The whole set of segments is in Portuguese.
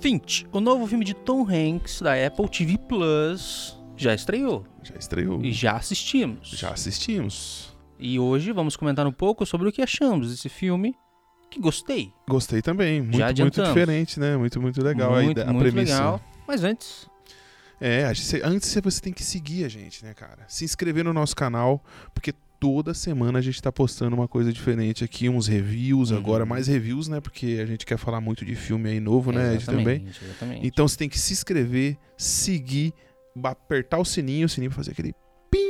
20. O novo filme de Tom Hanks da Apple TV Plus já estreou Já estreou. e já assistimos. Já assistimos. E hoje vamos comentar um pouco sobre o que achamos desse filme, que gostei. Gostei também. Muito, Já muito adiantamos. diferente, né? Muito, muito legal a muito, ide- a, muito premissa. legal. Mas antes, É, a gente- antes você tem que seguir a gente, né, cara? Se inscrever no nosso canal, porque toda semana a gente tá postando uma coisa diferente aqui, uns reviews, Uhum. agora mais reviews, né? Porque a gente quer falar muito de filme aí novo, né, Ed, também. exatamente, exatamente. Então você tem que se inscrever, seguir, ba- apertar o sininho, o sininho vai fazer aquele pim.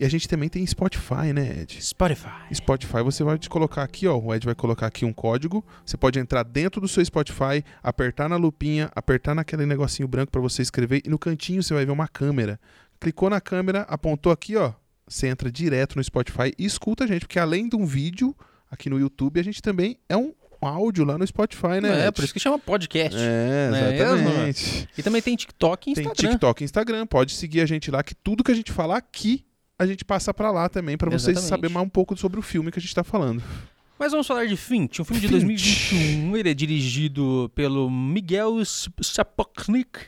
E a gente também tem Spotify, né, Ed? Spotify. Spotify, você vai te colocar aqui, ó. O Ed vai colocar aqui um código. Você pode entrar dentro do seu Spotify, apertar na lupinha, apertar naquele negocinho branco pra você escrever e no cantinho você vai ver uma câmera. Clicou na câmera, apontou aqui, ó. Você entra direto no Spotify e escuta a gente, porque além de um vídeo aqui no YouTube, a gente também é um áudio lá no Spotify, né? é, Ed? por isso que chama podcast. É, Não é mesmo? exatamente. E também tem TikTok e Tem Instagram. TikTok e Instagram, pode seguir a gente lá, que tudo que a gente falar aqui, a gente passa pra lá também, pra vocês Exatamente. saberem mais um pouco sobre o filme que a gente tá falando. Mas vamos falar de Finch, um filme de Finch. 2021. Ele é dirigido pelo Miguel S- Sapochnik.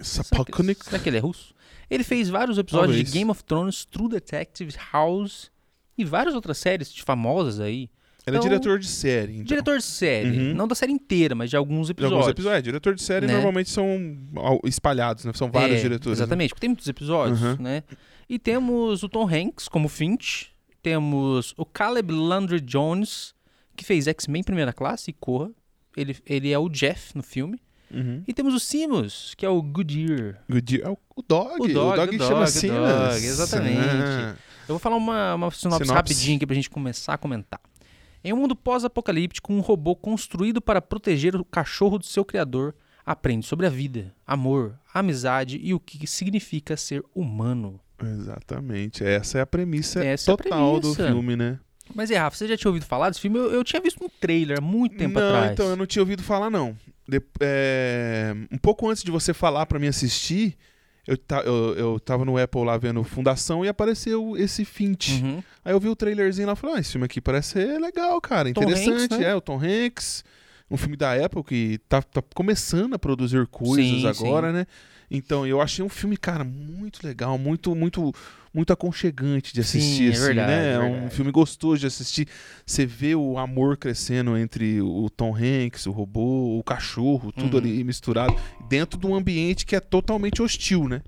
Será que- Sapalconic. Será que ele é russo? Ele fez vários episódios Tá Talvez. de Game of Thrones, True Detective, House e várias outras séries de famosas aí. Ele é Então, diretor de série. Então. Diretor de série, Uhum. não da série inteira, mas de alguns De episódios. alguns episódios. É, diretor de série Né? normalmente são ao- espalhados, né? São vários É, diretores. né? Exatamente, porque tem muitos episódios, Uhum. né? E temos o Tom Hanks como Finch, temos o Caleb Landry Jones, que fez X-Men Primeira Classe e Corra. Ele, ele é o Jeff no filme. Uhum. E temos o Simus, que é o Goodyear. Good- é o, o Dog. O Dog, Dog, o Dog, chama o assim. Dog, exatamente. Eu vou falar uma, uma sinopse, Sinopse. rapidinho aqui pra gente começar a comentar. Em um mundo pós-apocalíptico, um robô construído para proteger o cachorro do seu criador aprende sobre a vida, amor, amizade e o que significa ser humano. Ah, Exatamente. Essa é a premissa Essa é a total premissa. do filme, né? Mas é, Rafa, você já tinha ouvido falar desse filme? Eu, eu tinha visto um trailer há muito tempo não, atrás. então, eu não tinha ouvido falar, não. De- é, um pouco antes de você falar pra mim assistir, eu, ta- eu, eu tava no Apple lá vendo Fundação e apareceu esse Fint. Uhum. Aí eu vi o trailerzinho lá e falei, ah, esse filme aqui parece ser legal, cara, Tom interessante. Hanks, né? É, o Tom Hanks, um filme da Apple que tá, tá começando a produzir coisas Sim, agora, né? Então, eu achei um filme, cara, muito legal, muito, muito, muito aconchegante de assistir, Sim, é assim, verdade, né? é um verdade. filme gostoso de assistir. Você vê o amor crescendo entre o Tom Hanks, o robô, o cachorro, tudo Uhum. ali misturado, dentro de um ambiente que é totalmente hostil, né?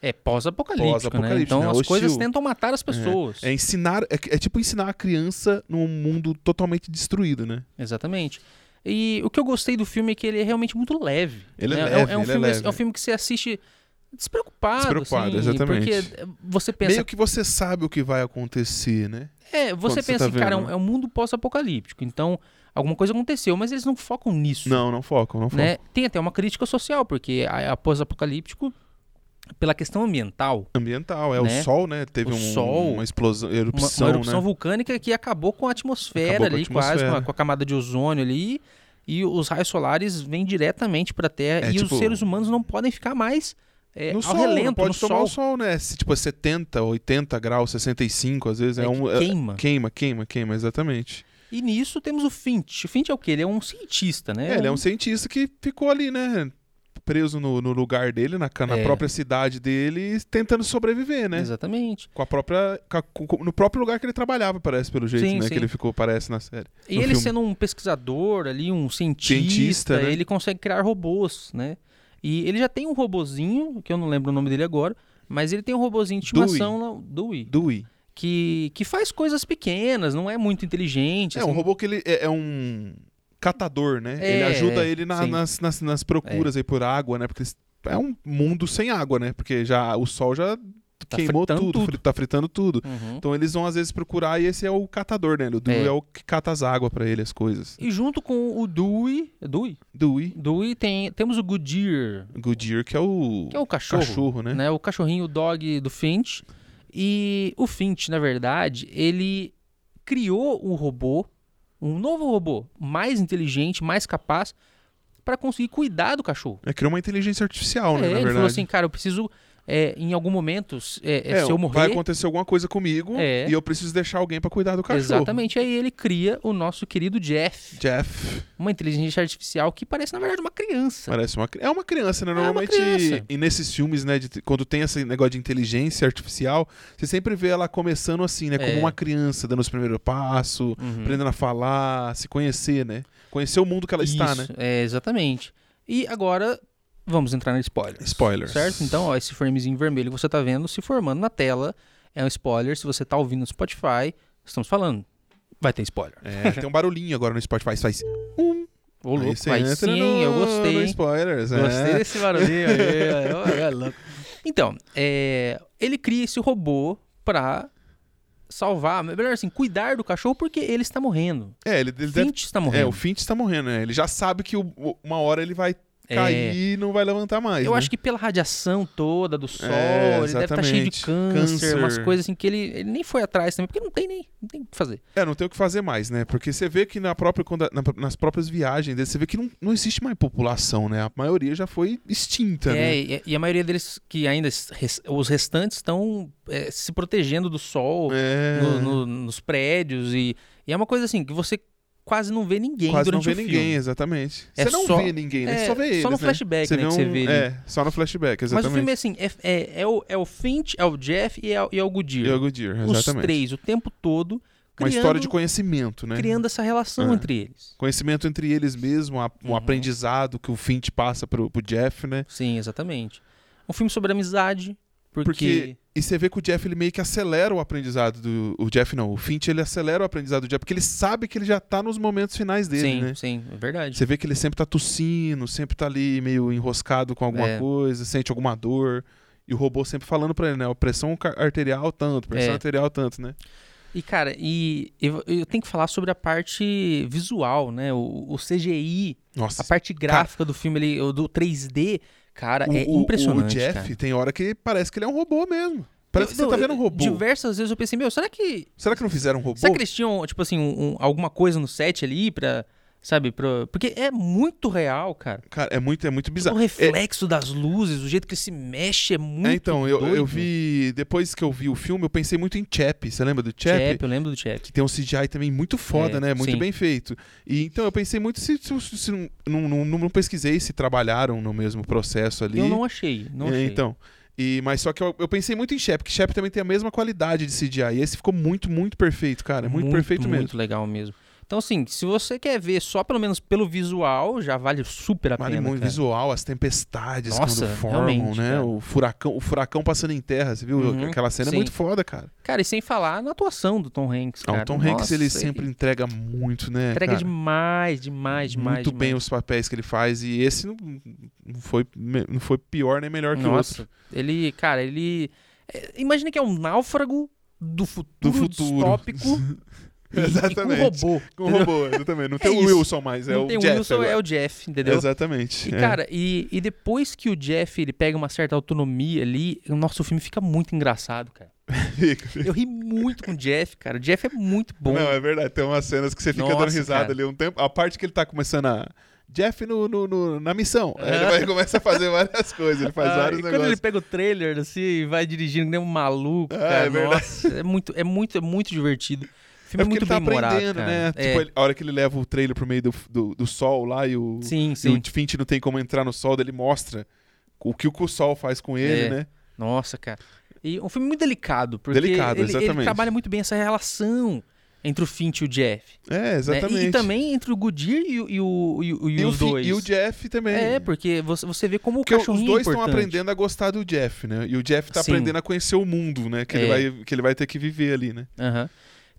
É pós-apocalíptico, né? Pós-apocalíptico, Então né? as Hostil. coisas tentam matar as pessoas. É ensinar, é, é tipo ensinar a criança num mundo totalmente destruído, né? Exatamente. E o que eu gostei do filme é que ele é realmente muito leve. Ele é né? leve, um ele é filme, leve. um filme que você assiste despreocupado. Despreocupado, assim, exatamente. Porque você pensa. Meio que você sabe o que vai acontecer, né? É, você quando você pensa, tá cara, é vendo, um, é um mundo pós-apocalíptico. Então, alguma coisa aconteceu, mas eles não focam nisso. Não, não focam, não focam. né? Tem até uma crítica social, porque a, a pós-apocalíptico, pela questão ambiental, Ambiental, é Né? o sol, né? Teve O um- sol, uma explosão, uma, erupção, uma erupção né? vulcânica que acabou com a atmosfera Acabou com a ali, quase, com a, atmosfera. com a camada de ozônio ali. E os raios solares vêm diretamente para a Terra É, e tipo, os seres humanos não podem ficar mais é, No ao sol, relento, não pode no tomar sol. o sol, né? Se, tipo, é 70, 80 graus, 65, às vezes. É, É que um, é- queima. queima, queima, queima, exatamente. E nisso temos o Finch. O Finch é o quê? Ele é um cientista, né? É, ele é um cientista que ficou ali, né? Preso no, no lugar dele, na, ca- na É. própria cidade dele, tentando sobreviver, né? Exatamente. Com a própria. com a- com- no próprio lugar que ele trabalhava, parece, pelo jeito, Sim, né? sim. Que ele ficou, parece, na série. E No ele filme. sendo um pesquisador ali, um cientista, Cientista, né? ele consegue criar robôs, né? E ele já tem um robozinho, que eu não lembro o nome dele agora, mas ele tem um robozinho de Dewey. estimação, lá, Dewey, Dewey. que, que faz coisas pequenas, não é muito inteligente. É, assim, um robô que ele é, é um catador, né? É, ele ajuda é, ele na- sim. É. nas, nas, nas procuras aí por água, né? Porque eles- é um mundo sem água, né? Porque já o sol já queimou fritando tudo, tudo. fri- tá fritando tudo. Uhum. Então eles vão às vezes procurar e esse é o catador, né? O Dewey É. é, o que cata as águas pra ele, as coisas. E junto com o Dewey, é Dewey, Dewey, Dewey tem, temos o Goodyear, Goodyear, que é o, que é o cachorro, né? né? O cachorrinho, o dog do Finch. E o Finch, na verdade, ele criou um robô, um novo robô, mais inteligente, mais capaz, para conseguir cuidar do cachorro. É, criou uma inteligência artificial, né? É, na ele verdade. falou assim, cara, eu preciso é, em algum momento, s- é, é, se eu morrer. Vai acontecer alguma coisa comigo É. e eu preciso deixar alguém pra cuidar do cachorro. Exatamente. Aí ele cria o nosso querido Jeff, Jeff uma inteligência artificial que parece, na verdade, uma criança. parece uma cri- é uma criança, né? uma Normalmente criança. e nesses filmes, né, de- quando tem esse negócio de inteligência artificial, você sempre vê ela começando assim, né, como É. uma criança dando os primeiros passos, Uhum. aprendendo a falar, se conhecer, né? Conhecer o mundo que ela está, né? Isso, É, exatamente. E agora vamos entrar no spoiler. Spoilers. Certo? Então, ó, esse framezinho vermelho que você tá vendo se formando na tela é um spoiler. Se você tá ouvindo no Spotify, estamos falando. Vai ter spoiler. É, tem um barulhinho agora no Spotify, faz um. Ô, louco, aí você vai entra sim, no- eu no gostei. hein? spoilers, é. Gostei desse barulhinho aí. ó, é louco. Então, é, ele cria esse robô pra salvar, melhor assim, cuidar do cachorro porque ele está morrendo. É, ele, ele Ele deve. está É, tá morrendo. o Fint está morrendo, né? Ele já sabe que o- o- uma hora ele vai É. cair e não vai levantar mais. Eu né? acho que pela radiação toda do sol, É, ele deve estar cheio de exatamente. câncer, Câncer. umas coisas assim que ele, ele nem foi atrás também, porque não tem nem não tem o que fazer. É, não tem o que fazer mais, né? Porque você vê que na própria, quando a- na- nas próprias viagens dele, você vê que não, não existe mais população, né? A maioria já foi extinta, é, né? e, e a maioria deles, que ainda es- res- os restantes estão é, se protegendo do sol É. no- no- nos prédios e, e é uma coisa assim que você quase não vê ninguém Quase não durante vê o ninguém, filme. exatamente. É você não só- vê ninguém, né? é, Você só vê eles, só no né? flashback, né, que você vê ele. É, só no flashback, Mas o exatamente. filme é assim, é, é, é o, é o Finch, é o Jeff e é, o- e é o Goodyear. E o Goodyear, os exatamente. três, o tempo todo, Uma criando, história de conhecimento, né? criando essa relação É. entre eles. Conhecimento entre eles mesmo, a- um Uhum. aprendizado que o Fint passa pro, pro Jeff, né? Sim, exatamente. Um filme sobre amizade, porque... Porque- E você vê que o Jeff ele meio que acelera o aprendizado do. O Jeff não, o Fint ele acelera o aprendizado do Jeff, porque ele sabe que ele já tá nos momentos finais dele, sim, né? sim, é verdade. Você vê que ele sempre tá tossindo, sempre tá ali meio enroscado com alguma É. coisa, sente alguma dor. E o robô sempre falando pra ele, né? ó, Pressão ca- arterial tanto, pressão É. arterial tanto, né? E, cara, e eu, eu tenho que falar sobre a parte visual, né? O, o CGI, Nossa, a parte gráfica do filme, ele, o do 3D, cara, é impressionante. O Jeff cara. tem hora que parece que ele é um robô mesmo. Parece Eu- que você tá não, vendo um eu- robô. Diversas vezes eu pensei, meu, será que. Será que não fizeram um robô? Será que eles tinham, tipo assim, um- um- alguma coisa no set ali pra. Sabe? Pra, porque é muito real, cara. Cara, é muito, é muito O bizarro. É- reflexo das luzes, o jeito que ele se mexe é muito. É, então, eu, doido. eu vi. Depois que eu vi o filme, eu pensei muito em Chap. Você lembra do Chap? Chap, eu lembro do Chap. Que tem um CGI também muito foda, É, né? Muito sim. bem feito. E então eu pensei muito se, se- se- se não, não, não- não pesquisei se trabalharam no mesmo processo ali. Eu não achei, não É, achei. Então. E, mas só que eu, eu pensei muito em Shep, que Shep também tem a mesma qualidade de CGI. E esse ficou muito, muito perfeito, cara. é Muito, perfeito muito mesmo. legal mesmo. Então, assim, se você quer ver só pelo menos pelo visual, já vale super a Vale pena. muito cara. visual, as tempestades Nossa, quando formam, realmente, né? cara. O furacão, o furacão passando em terra, você viu? Uhum, Aquela cena sim. é muito foda, cara. Cara, e sem falar na atuação do Tom Hanks, Ah, cara. o Tom Hanks, Nossa, ele sempre entrega muito, né? entrega cara? demais, demais, demais. Muito bem os papéis que ele faz. E esse não, não foi, me- não foi pior nem melhor que o Nossa, outro. ele, cara, ele... é, Imagina que é um náufrago do futuro, Do futuro. distópico e, e com um Exatamente. robô. Com o entendeu? robô, exatamente. Não É tem o isso. Wilson mais, é Não o tem o Jeff Wilson, agora. é o Jeff, entendeu? Exatamente. E, é. cara, e, e depois que o Jeff ele pega uma certa autonomia ali, o nosso filme fica muito engraçado, cara. Fica. Eu ri muito com o Jeff, cara. O Jeff é muito bom. Não, é verdade. Tem umas cenas que você fica Nossa, dando risada cara. ali um tempo. A parte que ele tá começando a. Jeff no, no- no- na missão. Aí É. ele vai, começa a fazer várias coisas, ele faz Ah, vários e quando negócios. ele pega o trailer assim e vai dirigindo que nem um maluco, Ah, cara. é verdade. nossa, é muito, é muito, é muito divertido. O É filme é, porque muito ele tá bem morado, aprendendo, cara. né? É, Tipo, ele- a hora que ele leva o trailer pro meio do, do, do sol lá e o, sim, e sim. o Finch não tem como entrar no sol, daí ele mostra o que o sol faz com ele, É. né? Nossa, cara. E um filme muito delicado, porque Delicado, ele, ele exatamente. trabalha muito bem essa relação entre o Finch e o Jeff. É, né? exatamente. E, e também entre o Goodyear e, o- e o- e o- e E o os Fin- dois. e o Jeff também. É, porque você, você vê como o Porque cachorrinho os dois é estão importante. aprendendo a gostar do Jeff, né? E o Jeff tá Sim. aprendendo a conhecer o mundo, né? Que, ele É. vai, que ele vai ter que viver ali, né? Aham.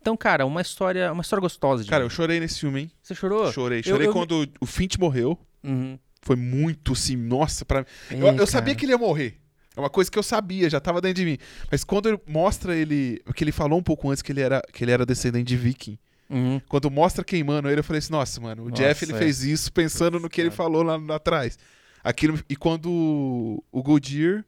Então, cara, uma história, uma história gostosa. De Cara, eu chorei nesse filme, hein? Você chorou? Chorei. eu- Chorei eu- quando o Fint morreu. Uhum. Foi muito assim, nossa, pra mim. É, eu, eu cara. sabia que ele ia morrer. É uma coisa que eu sabia, já tava dentro de mim. Mas quando ele mostra ele. Que ele falou um pouco antes que ele era, que ele era descendente de viking. Uhum. Quando mostra queimando ele, eu falei assim, nossa, mano, o Nossa, Jeff ele é. fez isso pensando no que ele Cara. falou lá, lá atrás. Aquilo, e quando o- o Goodyear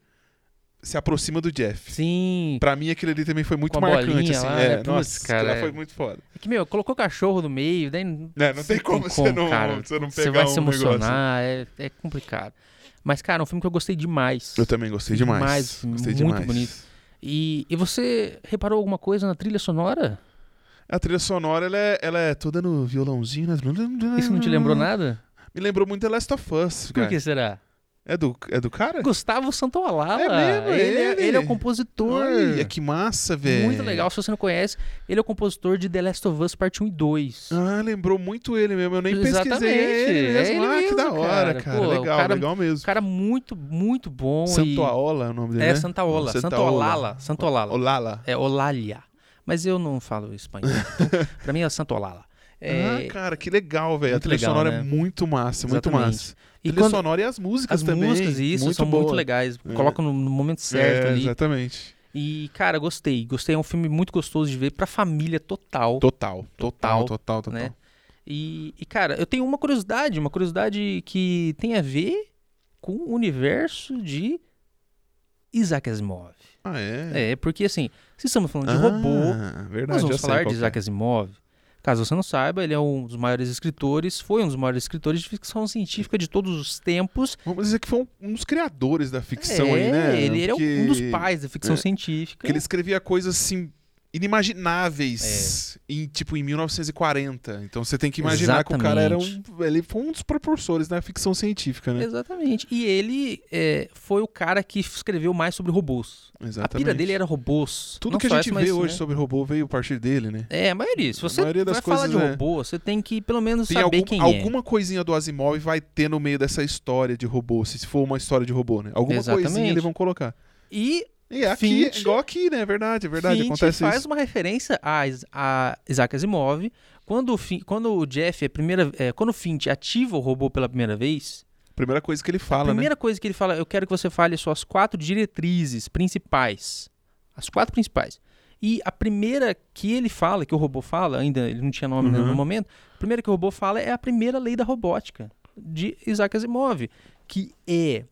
se aproxima do Jeff. Sim. Pra mim, aquilo ali também foi muito Com a marcante, bolinha assim. lá, é, né? Putz, nossa, cara, aquilo lá é. foi muito foda. Né, É que, meu, colocou o cachorro no meio, daí. É, não tem como você não- você não Você pegar vai um se emocionar, é, é complicado. Mas, cara, é um filme que eu gostei demais. Eu também gostei demais. Demais, gostei muito demais. bonito. E, e você reparou alguma coisa na trilha sonora? A trilha sonora, ela é, ela é toda no violãozinho. né? Isso não te lembrou nada? Me lembrou muito The Last of Us, Por cara. que será? É do, é do cara? Gustavo Santaolalla. É mesmo, é ele, ele. ele é o compositor. Olha, que massa, velho. Muito legal. Se você não conhece, ele é o compositor de The Last of Us Parte 1 e 2. Ah, lembrou muito ele mesmo. Eu nem Exatamente, pesquisei. É ele é mesmo. ele ah, mesmo, que da hora, cara. cara. Pô, o legal, cara- legal Um mesmo. cara muito, muito bom. e... Santoaola é o nome dele, É, né? Santaola. Santaola. Santaolala. Santaolala. Olala. É Olalia. Mas eu não falo espanhol. Então, pra mim é Santaolala. É, Ah, cara, que legal, velho. A muito trilha legal, sonora né? é muito massa, muito Exatamente. massa. e trilha quando sonora e as músicas as também. músicas e isso são muito boa. legais. É. Colocam no, no momento certo é, ali. Exatamente. E, cara, gostei. Gostei. É um filme muito gostoso de ver pra família total. Total, Total, total, total, total. né? E, e, cara, eu tenho uma curiosidade, uma curiosidade que tem a ver com o universo de Isaac Asimov. Ah, é? É, porque assim, se estamos falando de ah, robô, Verdade, nós já vamos sei falar qual de que é. Isaac Asimov. Caso você não saiba, ele é um dos maiores escritores, foi um dos maiores escritores de ficção científica de todos os tempos. Vamos dizer que foi um, um dos criadores da ficção é, aí, né? Ele era Porque- um dos pais da ficção é, científica. Porque ele escrevia coisas assim É. inimagináveis em tipo em 1940. Então você tem que imaginar que o cara era um, ele foi um dos propulsores da ficção científica, né? Exatamente. E ele é, foi o cara que escreveu mais sobre robôs. A pira dele era robôs. tudo Não que a só gente essa, vê mas, hoje né? sobre robô veio a partir dele, né? É, a maioria. Se A você maioria das vai falar coisas, de é. robô, você tem que pelo menos Tem saber algum- quem é. alguma coisinha do Asimov vai ter no meio dessa história de robô, se for uma história de robô, né? Alguma Exatamente. coisinha eles vão colocar. E E é aqui, Finch- é igual aqui, né? É verdade, é verdade, Finch acontece faz isso. uma referência a, Is- a Isaac Asimov. Quando o, Fin- quando o Jeff, é a primeira, é, quando o Finch ativa o robô pela primeira vez, Primeira coisa que ele um- a fala, né? primeira coisa que ele fala, eu quero que você fale suas quatro diretrizes principais. As quatro principais. E a primeira que ele fala, que o robô fala, ainda ele não tinha nome né, Uhum. no momento, a primeira que o robô fala é a primeira lei da robótica, de Isaac Asimov, que é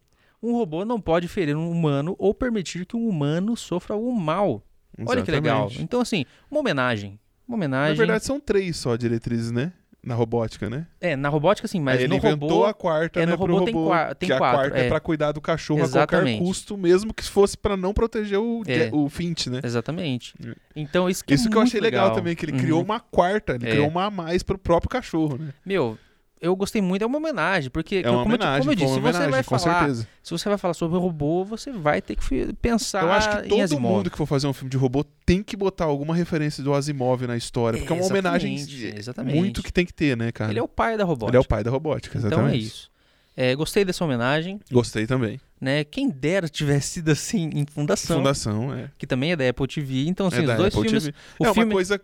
um robô não pode ferir um humano ou permitir que um humano sofra algum mal. Olha que legal. Exatamente. Então, assim, uma homenagem. Uma Na homenagem. verdade são três só diretrizes, né? Na robótica, né? É, na robótica, sim, mas Aí ele no inventou robô. a quarta, é, né, no pro robô tem qua- tem que quatro, a quarta é. é, pra cuidar do cachorro a Exatamente. qualquer custo, mesmo que fosse pra não proteger o, É. Je- o Finch, né? Exatamente. Então, isso que é Isso que eu muito achei legal, também, que ele Uhum. criou uma quarta, ele É. criou uma a mais pro próprio cachorro, né? Uhum. Meu, eu gostei muito, é uma homenagem, porque É como, uma eu- homenagem, como eu disse, foi se uma você homenagem, vai com falar, certeza. se você vai falar sobre robô, você vai ter que fi- pensar eu acho que tá em todo Asimov. mundo que for fazer um filme de robô tem que botar alguma referência do Asimov na história, porque é, uma homenagem Exatamente, eh, exatamente. muito que tem que ter, né, cara? Ele é o pai da robótica. Ele é o pai da robótica, Então é exatamente. isso. É, gostei dessa homenagem, Gostei também. né? Quem dera tivesse sido assim em Fundação, Fundação, é. que também é da Apple TV. Então, assim, é os da dois Apple filmes. TV. O é filme... uma coisa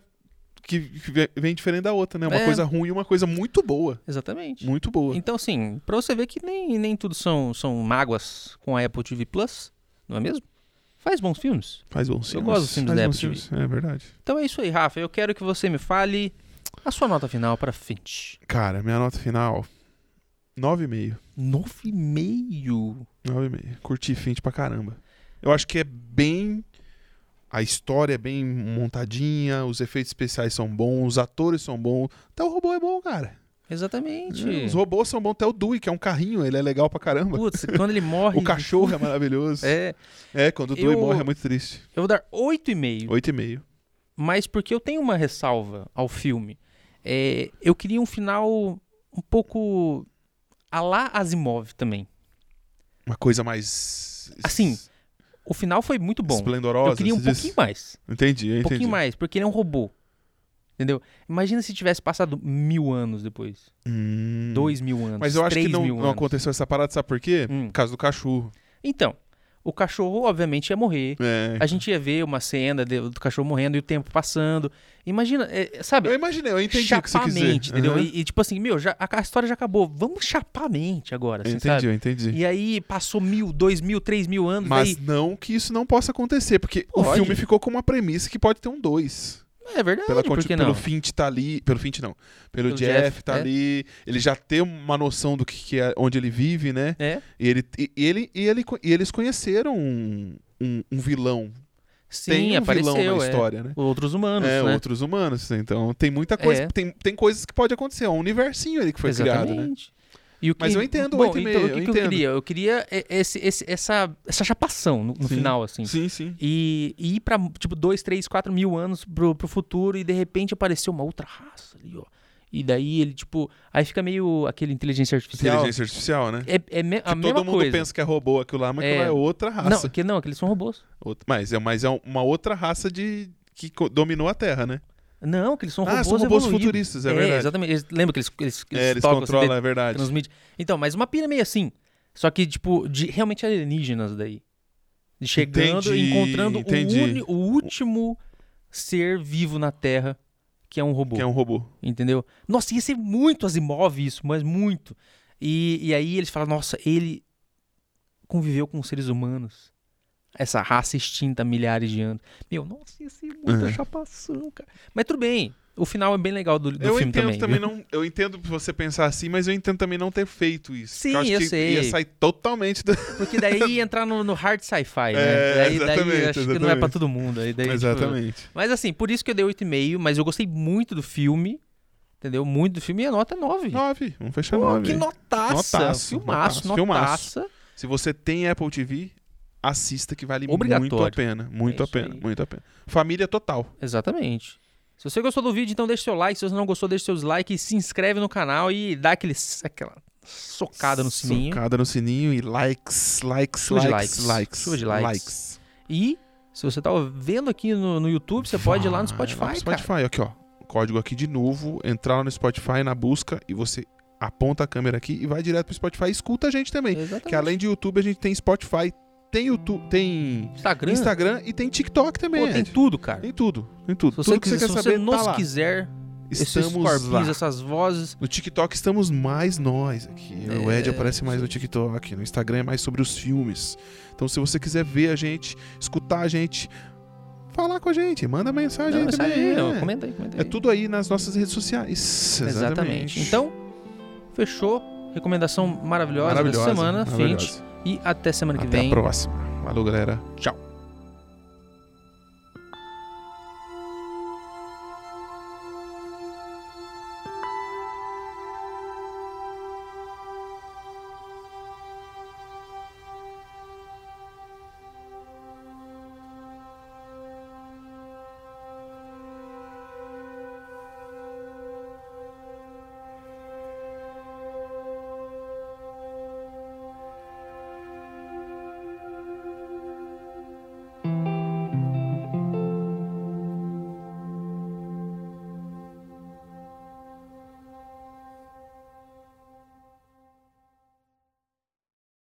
que que ve- vem diferente da outra, né? Uma É. coisa ruim e uma coisa muito boa. Exatamente. Muito boa. Então, assim, pra você ver que nem, nem tudo são, são mágoas com a Apple TV Plus, não é mesmo? Faz bons filmes. Faz bons filmes. gosto dos filmes Faz da bons Apple TV. filmes, É verdade. Então é isso aí, Rafa. Eu quero que você me fale a sua nota final para Finch. Cara, minha nota final, 9,5. 9,5. 9,5. Curti Finch pra caramba. Eu acho que é bem... A história é bem montadinha, os efeitos especiais são bons, os atores são bons. Até o robô é bom, cara. É, Exatamente. Os robôs são bons, até o Dewey, que é um carrinho, ele é legal pra caramba. Putz, quando ele morre. O cachorro é maravilhoso. É, É, quando o Dewey Eu- morre é muito triste. eu vou dar 8,5. 8,5. Mas porque eu tenho uma ressalva ao filme. É, eu queria um final um pouco. A lá Asimov também. Uma coisa mais. Assim, O final foi muito bom. Esplendorosa. Eu queria um você pouquinho diz? mais. Entendi, eu Um pouquinho entendi. mais, porque ele é um robô. Entendeu? Imagina se tivesse passado mil anos depois. Hum. Dois mil anos. Mas eu acho três que não, mil não anos. aconteceu essa parada, sabe por quê? Hum. Por causa do cachorro. Então, o cachorro, obviamente, ia morrer. É. A gente ia ver uma cena de- do cachorro morrendo e o tempo passando. Imagina, é, é, sabe? Eu imaginei, eu entendi o que você chapar a quis mente, dizer. entendeu? Aham. E, e tipo assim, meu, já, a, a história já acabou. Vamos chapar a mente agora, Eu assim, entendi, sabe? eu entendi. E aí passou mil, dois mil, três mil anos. Mas daí- não que isso não possa acontecer, porque o Pode. filme ficou com uma premissa que pode ter um dois é verdade, Pela por conti- que não? Pelo Finch tá ali. Pelo Finch não. Pelo, Pelo Jeff, Jeff, tá é. ali. Ele já tem uma noção do que, que é onde ele vive, né? É, E, ele, e, e ele, e, ele, e eles conheceram um, um, um vilão. sim, tem um apareceu. vilão na é. história, né? Outros humanos, é, né? outros humanos. né? Então tem muita coisa. É. Tem, tem coisas que pode acontecer. É um universinho ali que foi criado, né? Exatamente. E o Mas eu entendo Bom, oito e então, meio, o que, eu que eu entendo. queria? Eu queria e- esse, esse- essa, essa chapação no, no Sim. final, assim. Sim, sim. E, e ir pra, tipo, dois, três, quatro mil anos pro, pro futuro e de repente apareceu uma outra raça ali, ó. E daí ele, tipo. Aí fica meio aquele inteligência artificial. Inteligência artificial, né? É, é me- a que mesma todo mundo coisa. pensa que é robô aquilo lá, mas aquilo É. é outra não, raça. que, não, aqueles são robôs. Outra- Mas, é, mas é uma outra raça de que co- dominou a Terra, né? Não, que eles são ah, robôs. são robôs evoluídos. futuristas, é, verdade. exatamente. Eles, lembra que eles, eles, É, eles tocam, assim, controlam, é verdade. Transmite. Então, mas uma pira meio assim. Só que, tipo, de realmente alienígenas daí. De chegando e Entendi, encontrando o entendi. uni- O, último ser vivo na Terra, que é um robô. Que é um robô. Entendeu? Nossa, ia ser muito Asimov isso, mas muito. E, e aí eles falam, nossa, ele conviveu com seres humanos. Essa raça extinta há milhares de anos. Meu, nossa, ia ser muita É. chapação, cara. Mas tudo bem. O final é bem legal do, do eu filme entendo também. também, viu? não. Eu entendo você pensar assim, mas eu entendo também não ter feito isso. Sim, Porque acho eu que sei. Ia sair totalmente da. Porque daí ia entrar no, no hard sci-fi, né? É, daí, daí acho que exatamente, não é pra exatamente. todo mundo. Aí daí, tipo, Exatamente. mas assim, por isso que eu dei 8,5, mas eu gostei muito do filme. Entendeu? Muito do filme e a nota é 9. Nove. Vamos fechar Pô, nove. que notaça! Notaço, filmaço, notaço, filmaço. notaça. Se você tem Apple TV, assista que vale muito a Obrigatório. pena. É Muito a isso pena, aí. muito a pena. Família total. Exatamente. Se você gostou do vídeo, então deixa seu like. Se você não gostou, deixa seu dislike. Se inscreve no canal e dá aquele, aquela socada no sininho. Socada no sininho e likes, likes, Chuva de likes, likes, likes, chuva de likes. E se você tá vendo aqui no, no YouTube, você pode ir lá no Vai Spotify, pro cara. é Spotify, aqui, ó. O Código aqui de novo, entrar lá no Spotify na busca e você aponta a câmera aqui e vai direto pro Spotify e escuta a gente também. Exatamente. Que é além de YouTube, a gente tem Spotify, tem YouTube, tem Instagram. Instagram e tem TikTok também. Pô, tem Ed. tudo, cara. Tem tudo, tem tudo. Se você, tudo que quiser, você quer se saber, você nos tá lá. quiser, esses Estamos lá. corpinhos, essas vozes. No TikTok estamos mais nós aqui. O É. Ed aparece mais no TikTok. No Instagram é mais sobre os filmes. Então, se você quiser ver a gente, escutar a gente, falar com a gente, manda mensagem Não, aí essa também. aí, é. ó, comenta aí, comenta aí. É tudo aí nas nossas redes sociais. Exatamente. Então, fechou. Recomendação maravilhosa, maravilhosa dessa semana, maravilhosa. Finch. E até semana que Até vem. a próxima. Valeu, galera. Tchau.